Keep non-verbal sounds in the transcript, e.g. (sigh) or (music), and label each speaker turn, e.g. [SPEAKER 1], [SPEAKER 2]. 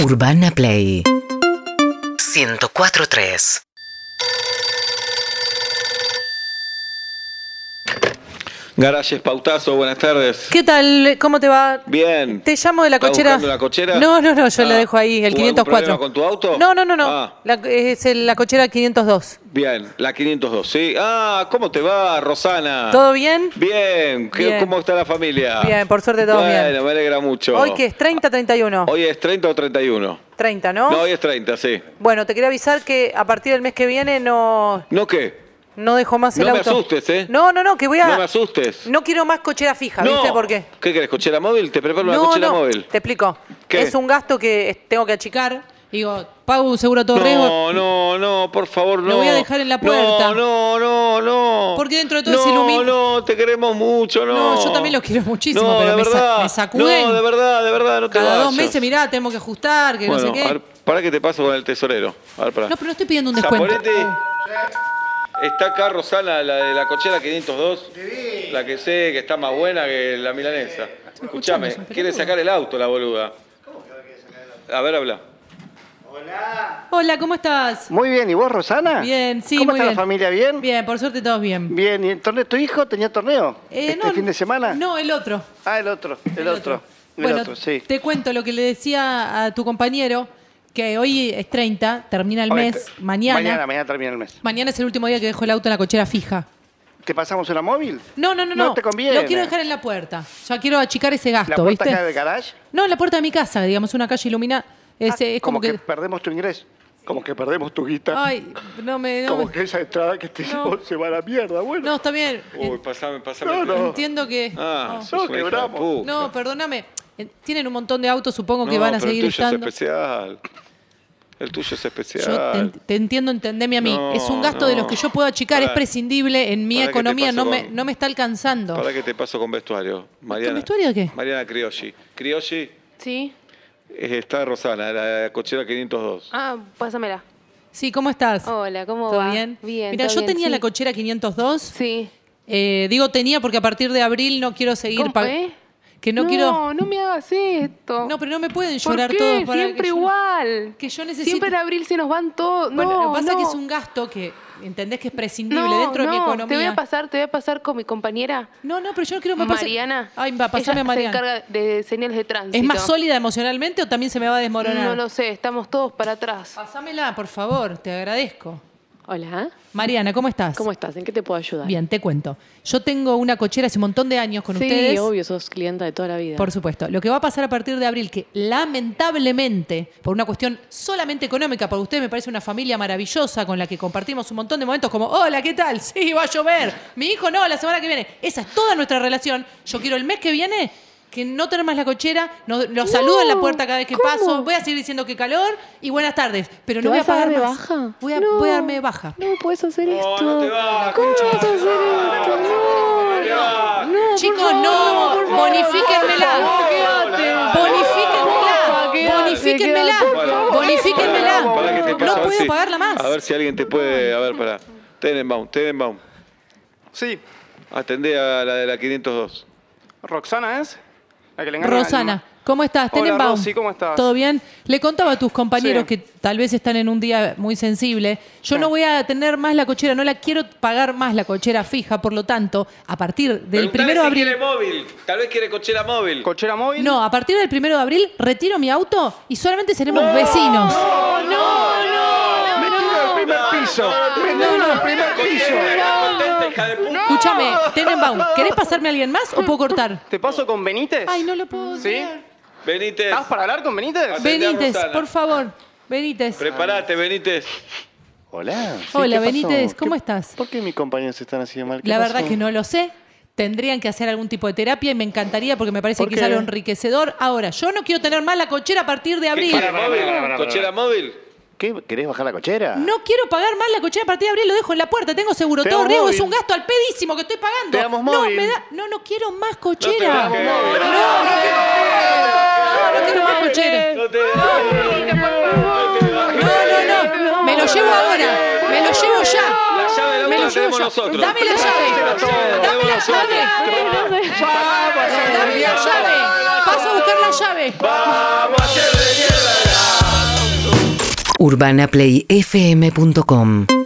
[SPEAKER 1] Urbana Play 104.3
[SPEAKER 2] Garages Pautazo, buenas tardes.
[SPEAKER 3] ¿Qué tal? ¿Cómo te va?
[SPEAKER 2] Bien.
[SPEAKER 3] Te llamo de la
[SPEAKER 2] ¿Estás
[SPEAKER 3] cochera.
[SPEAKER 2] buscando la cochera?
[SPEAKER 3] No, no, no, yo la
[SPEAKER 2] Ah,
[SPEAKER 3] dejo ahí, el
[SPEAKER 2] ¿Hubo algún
[SPEAKER 3] 504.
[SPEAKER 2] problema con tu auto?
[SPEAKER 3] No, no, no, no.
[SPEAKER 2] Ah,
[SPEAKER 3] La- es el- la cochera 502.
[SPEAKER 2] bien, la 502, sí. Ah, ¿cómo te va, Rosana?
[SPEAKER 3] ¿Todo bien?
[SPEAKER 2] Bien, ¿Qué-
[SPEAKER 3] Bien.
[SPEAKER 2] ¿cómo está la familia?
[SPEAKER 3] Bien, por suerte todo
[SPEAKER 2] bueno,
[SPEAKER 3] bien.
[SPEAKER 2] me alegra mucho.
[SPEAKER 3] Hoy que es 30, 31.
[SPEAKER 2] ¿Hoy es 30 o 31?
[SPEAKER 3] 30, ¿no?
[SPEAKER 2] No, hoy es 30, sí.
[SPEAKER 3] Bueno, te quería avisar que a partir del mes que viene no,
[SPEAKER 2] ¿No qué?
[SPEAKER 3] no dejo más el
[SPEAKER 2] No me
[SPEAKER 3] auto.
[SPEAKER 2] asustes, ¿eh?
[SPEAKER 3] No, no, no, que voy a.
[SPEAKER 2] No me asustes.
[SPEAKER 3] No quiero más cochera fija,
[SPEAKER 2] No.
[SPEAKER 3] ¿viste por qué?
[SPEAKER 2] ¿Qué querés, cochera móvil? Te preparo una
[SPEAKER 3] No,
[SPEAKER 2] cochera
[SPEAKER 3] no,
[SPEAKER 2] móvil.
[SPEAKER 3] te explico.
[SPEAKER 2] ¿Qué?
[SPEAKER 3] Es un gasto que tengo que achicar. Digo, pago un seguro a todo riesgo.
[SPEAKER 2] No, no, no, por favor, no.
[SPEAKER 3] Lo voy a dejar en la puerta.
[SPEAKER 2] No, no, no, no.
[SPEAKER 3] Porque dentro de todo
[SPEAKER 2] no,
[SPEAKER 3] es ilumin-
[SPEAKER 2] No, te queremos mucho, no.
[SPEAKER 4] No, yo también los quiero muchísimo,
[SPEAKER 2] No,
[SPEAKER 4] pero
[SPEAKER 2] de
[SPEAKER 4] me sa-
[SPEAKER 2] verdad.
[SPEAKER 4] me sacuden.
[SPEAKER 2] No, de verdad, de verdad, no te
[SPEAKER 4] Cada dos
[SPEAKER 2] vayas.
[SPEAKER 4] meses, mirá, tenemos que ajustar, que
[SPEAKER 2] bueno,
[SPEAKER 4] no sé
[SPEAKER 2] a
[SPEAKER 4] qué.
[SPEAKER 2] ver, para que te paso con el tesorero. A ver, para.
[SPEAKER 4] No, pero no estoy pidiendo un descuento.
[SPEAKER 2] Está acá Rosana, la de la cochera 502. La que sé que está más buena que la milanesa.
[SPEAKER 4] Escuchame,
[SPEAKER 2] Escúchame,
[SPEAKER 4] es un pelotudo.
[SPEAKER 2] quiere sacar el auto la boluda. A ver, habla.
[SPEAKER 4] Hola, ¿cómo estás?
[SPEAKER 5] Muy bien, ¿y vos, Rosana?
[SPEAKER 4] Bien, sí,
[SPEAKER 5] ¿Cómo
[SPEAKER 4] muy
[SPEAKER 5] está
[SPEAKER 4] bien.
[SPEAKER 5] la familia? ¿Bien?
[SPEAKER 4] Bien, por suerte todos bien.
[SPEAKER 5] Bien, ¿y el torneo- tu hijo tenía torneo?
[SPEAKER 4] Eh,
[SPEAKER 5] ¿Este fin de semana?
[SPEAKER 4] No, el otro.
[SPEAKER 5] Ah, el otro, el, otro. El
[SPEAKER 4] Bueno,
[SPEAKER 5] otro, sí.
[SPEAKER 4] te cuento lo que le decía a tu compañero, que hoy es 30, termina el
[SPEAKER 5] Hoy
[SPEAKER 4] mes,
[SPEAKER 5] te-
[SPEAKER 4] mañana.
[SPEAKER 5] Mañana, mañana termina el mes.
[SPEAKER 4] Mañana es el último día que dejo el auto en la cochera fija.
[SPEAKER 5] ¿Te pasamos una móvil?
[SPEAKER 4] No, no, no, no.
[SPEAKER 5] No te conviene.
[SPEAKER 4] Lo quiero dejar en la puerta. Ya quiero achicar ese gasto,
[SPEAKER 5] ¿La puerta
[SPEAKER 4] ¿viste?
[SPEAKER 5] acá del garage?
[SPEAKER 4] No, en la puerta de mi casa, digamos, una calle iluminada. Es,
[SPEAKER 5] Ah,
[SPEAKER 4] es como, que...
[SPEAKER 5] (laughs) perdemos tu ingreso. Como que perdemos tu guita.
[SPEAKER 4] Ay, no me... no
[SPEAKER 5] como
[SPEAKER 4] me-
[SPEAKER 5] que esa entrada que te
[SPEAKER 4] No.
[SPEAKER 5] hicimos se va a la mierda, bueno.
[SPEAKER 4] No, está bien.
[SPEAKER 2] Uy, pasame, pasame.
[SPEAKER 5] No, no.
[SPEAKER 4] Entiendo que.
[SPEAKER 2] Oh. Ah, sos
[SPEAKER 5] No,
[SPEAKER 2] una hija de
[SPEAKER 5] quebramos.
[SPEAKER 2] puta.
[SPEAKER 4] no, perdóname. Eh, Tienen un montón de autos, supongo que
[SPEAKER 2] No,
[SPEAKER 4] van a
[SPEAKER 2] pero
[SPEAKER 4] seguir
[SPEAKER 2] el tuyo
[SPEAKER 4] estando.
[SPEAKER 2] es especial. El tuyo es especial.
[SPEAKER 4] Yo te, en- te entiendo, entendeme a mí.
[SPEAKER 2] No,
[SPEAKER 4] es un gasto de los que
[SPEAKER 2] no.
[SPEAKER 4] yo puedo achicar,
[SPEAKER 2] Pará.
[SPEAKER 4] es prescindible en mi
[SPEAKER 2] Pará que te
[SPEAKER 4] economía,
[SPEAKER 2] paso
[SPEAKER 4] no me,
[SPEAKER 2] con-
[SPEAKER 4] no me está alcanzando.
[SPEAKER 2] Ahora que te paso con vestuario, Mariana.
[SPEAKER 4] vestuario qué?
[SPEAKER 2] Mariana Criolli. Criolli
[SPEAKER 6] Sí.
[SPEAKER 2] eh, está Rosana, la cochera 502.
[SPEAKER 6] Ah, pásamela.
[SPEAKER 4] Sí, ¿cómo estás?
[SPEAKER 6] Hola, ¿cómo
[SPEAKER 4] ¿Todo
[SPEAKER 6] va?
[SPEAKER 4] bien?
[SPEAKER 6] Bien.
[SPEAKER 4] Mira,
[SPEAKER 6] todo
[SPEAKER 4] yo
[SPEAKER 6] bien,
[SPEAKER 4] tenía
[SPEAKER 6] sí.
[SPEAKER 4] la cochera 502.
[SPEAKER 6] Sí.
[SPEAKER 4] Eh, digo tenía porque a partir de abril no quiero seguir
[SPEAKER 6] ¿Cómo,
[SPEAKER 4] pa-
[SPEAKER 6] eh?
[SPEAKER 4] Que no, quiero.
[SPEAKER 6] No, no me hagas esto.
[SPEAKER 4] No, pero no me pueden
[SPEAKER 6] ¿Por
[SPEAKER 4] llorar
[SPEAKER 6] qué?
[SPEAKER 4] todos para
[SPEAKER 6] Siempre
[SPEAKER 4] que yo-
[SPEAKER 6] igual.
[SPEAKER 4] que yo necesito-
[SPEAKER 6] Siempre en abril se nos van todos.
[SPEAKER 4] Bueno,
[SPEAKER 6] no,
[SPEAKER 4] lo que pasa
[SPEAKER 6] no.
[SPEAKER 4] que es un gasto que entendés que es prescindible
[SPEAKER 6] No,
[SPEAKER 4] dentro de mi
[SPEAKER 6] no,
[SPEAKER 4] economía.
[SPEAKER 6] Te voy a pasar, te voy a pasar con mi compañera
[SPEAKER 4] No, no, pero yo no quiero que me pase-
[SPEAKER 6] Mariana.
[SPEAKER 4] Ay, va, pasame
[SPEAKER 6] Ella
[SPEAKER 4] a Mariana.
[SPEAKER 6] Se encarga de señales de tránsito.
[SPEAKER 4] ¿Es más sólida emocionalmente o también se me va a desmoronar?
[SPEAKER 6] No lo sé, estamos todos para atrás.
[SPEAKER 4] Pásamela, por favor, te agradezco.
[SPEAKER 6] Hola,
[SPEAKER 4] Mariana, ¿cómo estás?
[SPEAKER 6] ¿cómo estás? ¿En qué te puedo ayudar?
[SPEAKER 4] Bien, te cuento. Yo tengo una cochera hace un montón de años con
[SPEAKER 6] sí,
[SPEAKER 4] ustedes.
[SPEAKER 6] obvio, sos clienta de toda la vida.
[SPEAKER 4] Por supuesto. Lo que va a pasar a partir de abril, que lamentablemente, por una cuestión solamente económica, porque ustedes me parece una familia maravillosa con la que compartimos un montón de momentos como, hola, ¿qué tal? (laughs) Sí, va a llover. Mi hijo no, la semana que viene. Esa es toda nuestra relación. Yo quiero el mes que viene que no tener más la cochera, no- los saludo en la puerta cada vez que
[SPEAKER 6] ¿cómo?
[SPEAKER 4] paso, voy a seguir diciendo que calor y buenas tardes, pero
[SPEAKER 6] ¿Te
[SPEAKER 4] no voy a
[SPEAKER 6] vas a
[SPEAKER 4] pagar
[SPEAKER 6] dar de
[SPEAKER 4] más.
[SPEAKER 6] baja?
[SPEAKER 4] Voy a,
[SPEAKER 6] No.
[SPEAKER 4] voy a darme de baja.
[SPEAKER 6] No puedes hacer
[SPEAKER 2] No,
[SPEAKER 6] esto.
[SPEAKER 2] no te vas,
[SPEAKER 6] ¿Cómo
[SPEAKER 2] concha.
[SPEAKER 6] vas a hacer esto? No, no, por
[SPEAKER 4] Chicos, no,
[SPEAKER 6] favor, por favor,
[SPEAKER 4] bonifíquenmela.
[SPEAKER 6] por favor, quédate. Porfa,
[SPEAKER 4] Bonifíquenmela, bonifíquenmela,
[SPEAKER 6] quédate, quédate, por favor.
[SPEAKER 4] bonifíquenmela.
[SPEAKER 2] Pará, pará que te paso, a
[SPEAKER 4] No
[SPEAKER 2] ver
[SPEAKER 4] puedo
[SPEAKER 2] si-
[SPEAKER 4] pagarla más.
[SPEAKER 2] A ver si alguien te puede. A ver, pará. Tenenbaum, Tenenbaum.
[SPEAKER 7] Sí,
[SPEAKER 2] Atendé a la de la 502.
[SPEAKER 7] Roxana es. La que le encarga
[SPEAKER 4] Rosana, ¿cómo estás?
[SPEAKER 7] Hola,
[SPEAKER 4] Tenenbaum.
[SPEAKER 7] Rosy, ¿cómo estás?
[SPEAKER 4] ¿Todo bien? Le contaba a tus compañeros
[SPEAKER 7] Sí.
[SPEAKER 4] que tal vez están en un día muy sensible. Yo no voy a tener más la cochera, no la quiero pagar más la cochera fija, por lo tanto, a partir del primero de abril.
[SPEAKER 2] móvil. Tal vez quiere cochera móvil.
[SPEAKER 7] el- Cochera móvil.
[SPEAKER 4] No, a partir del primero de abril retiro mi auto y solamente seremos vecinos.
[SPEAKER 5] ¡Me tiro al primer piso! ¡Me tiro al primer piso!
[SPEAKER 4] Escúchame, Tenenbaum, ¿querés pasarme a alguien más o puedo cortar?
[SPEAKER 7] ¿Te paso con Benítez?
[SPEAKER 4] Ay, no lo puedo
[SPEAKER 7] ¿Sí?
[SPEAKER 4] creer.
[SPEAKER 2] Benítez.
[SPEAKER 7] ¿Estás para hablar con Benítez?
[SPEAKER 2] Ve- Atendé a
[SPEAKER 4] Benítez,
[SPEAKER 2] Rosana.
[SPEAKER 4] por favor. Benítez.
[SPEAKER 2] Prepárate, Benítez.
[SPEAKER 5] Hola. sí,
[SPEAKER 4] Hola,
[SPEAKER 5] ¿qué pasó?
[SPEAKER 4] Benítez,
[SPEAKER 5] ¿Qué-
[SPEAKER 4] ¿cómo estás?
[SPEAKER 5] ¿Por qué mis compañeros están así de mal? ¿Qué
[SPEAKER 4] La verdad
[SPEAKER 5] pasó?
[SPEAKER 4] que no lo sé. Tendrían que hacer algún tipo de terapia y me encantaría porque me parece
[SPEAKER 5] ¿Por
[SPEAKER 4] que es algo
[SPEAKER 5] qué?
[SPEAKER 4] enriquecedor. Ahora, yo no quiero tener más la cochera a partir de abril.
[SPEAKER 2] ¿Cochera móvil? ¿Cochera móvil?
[SPEAKER 5] ¿Qué? ¿Querés bajar la cochera?
[SPEAKER 4] No quiero pagar más la cochera a partir de abril, lo dejo en la puerta, tengo seguro,
[SPEAKER 5] Te
[SPEAKER 4] todo
[SPEAKER 5] damos
[SPEAKER 4] riesgo,
[SPEAKER 5] móvil.
[SPEAKER 4] es un gasto al pedísimo que estoy pagando.
[SPEAKER 5] Te damos
[SPEAKER 4] no,
[SPEAKER 5] móvil.
[SPEAKER 4] me da, no, no quiero más
[SPEAKER 2] te
[SPEAKER 4] cochera.
[SPEAKER 2] damos móvil.
[SPEAKER 4] no, no quiero- no, no quiero más cochera.
[SPEAKER 2] No te-
[SPEAKER 4] No, no, no. Me lo llevo ahora. Me lo llevo ya.
[SPEAKER 2] La llave del auto
[SPEAKER 4] Me
[SPEAKER 2] la
[SPEAKER 4] lo llevo
[SPEAKER 2] tenemos
[SPEAKER 4] ya.
[SPEAKER 2] nosotros.
[SPEAKER 4] Dame la llave. Dame la llave. Dame la llave. Paso a buscar la llave.
[SPEAKER 2] Vamos a hacerle mierda.
[SPEAKER 1] UrbanaPlayFM.com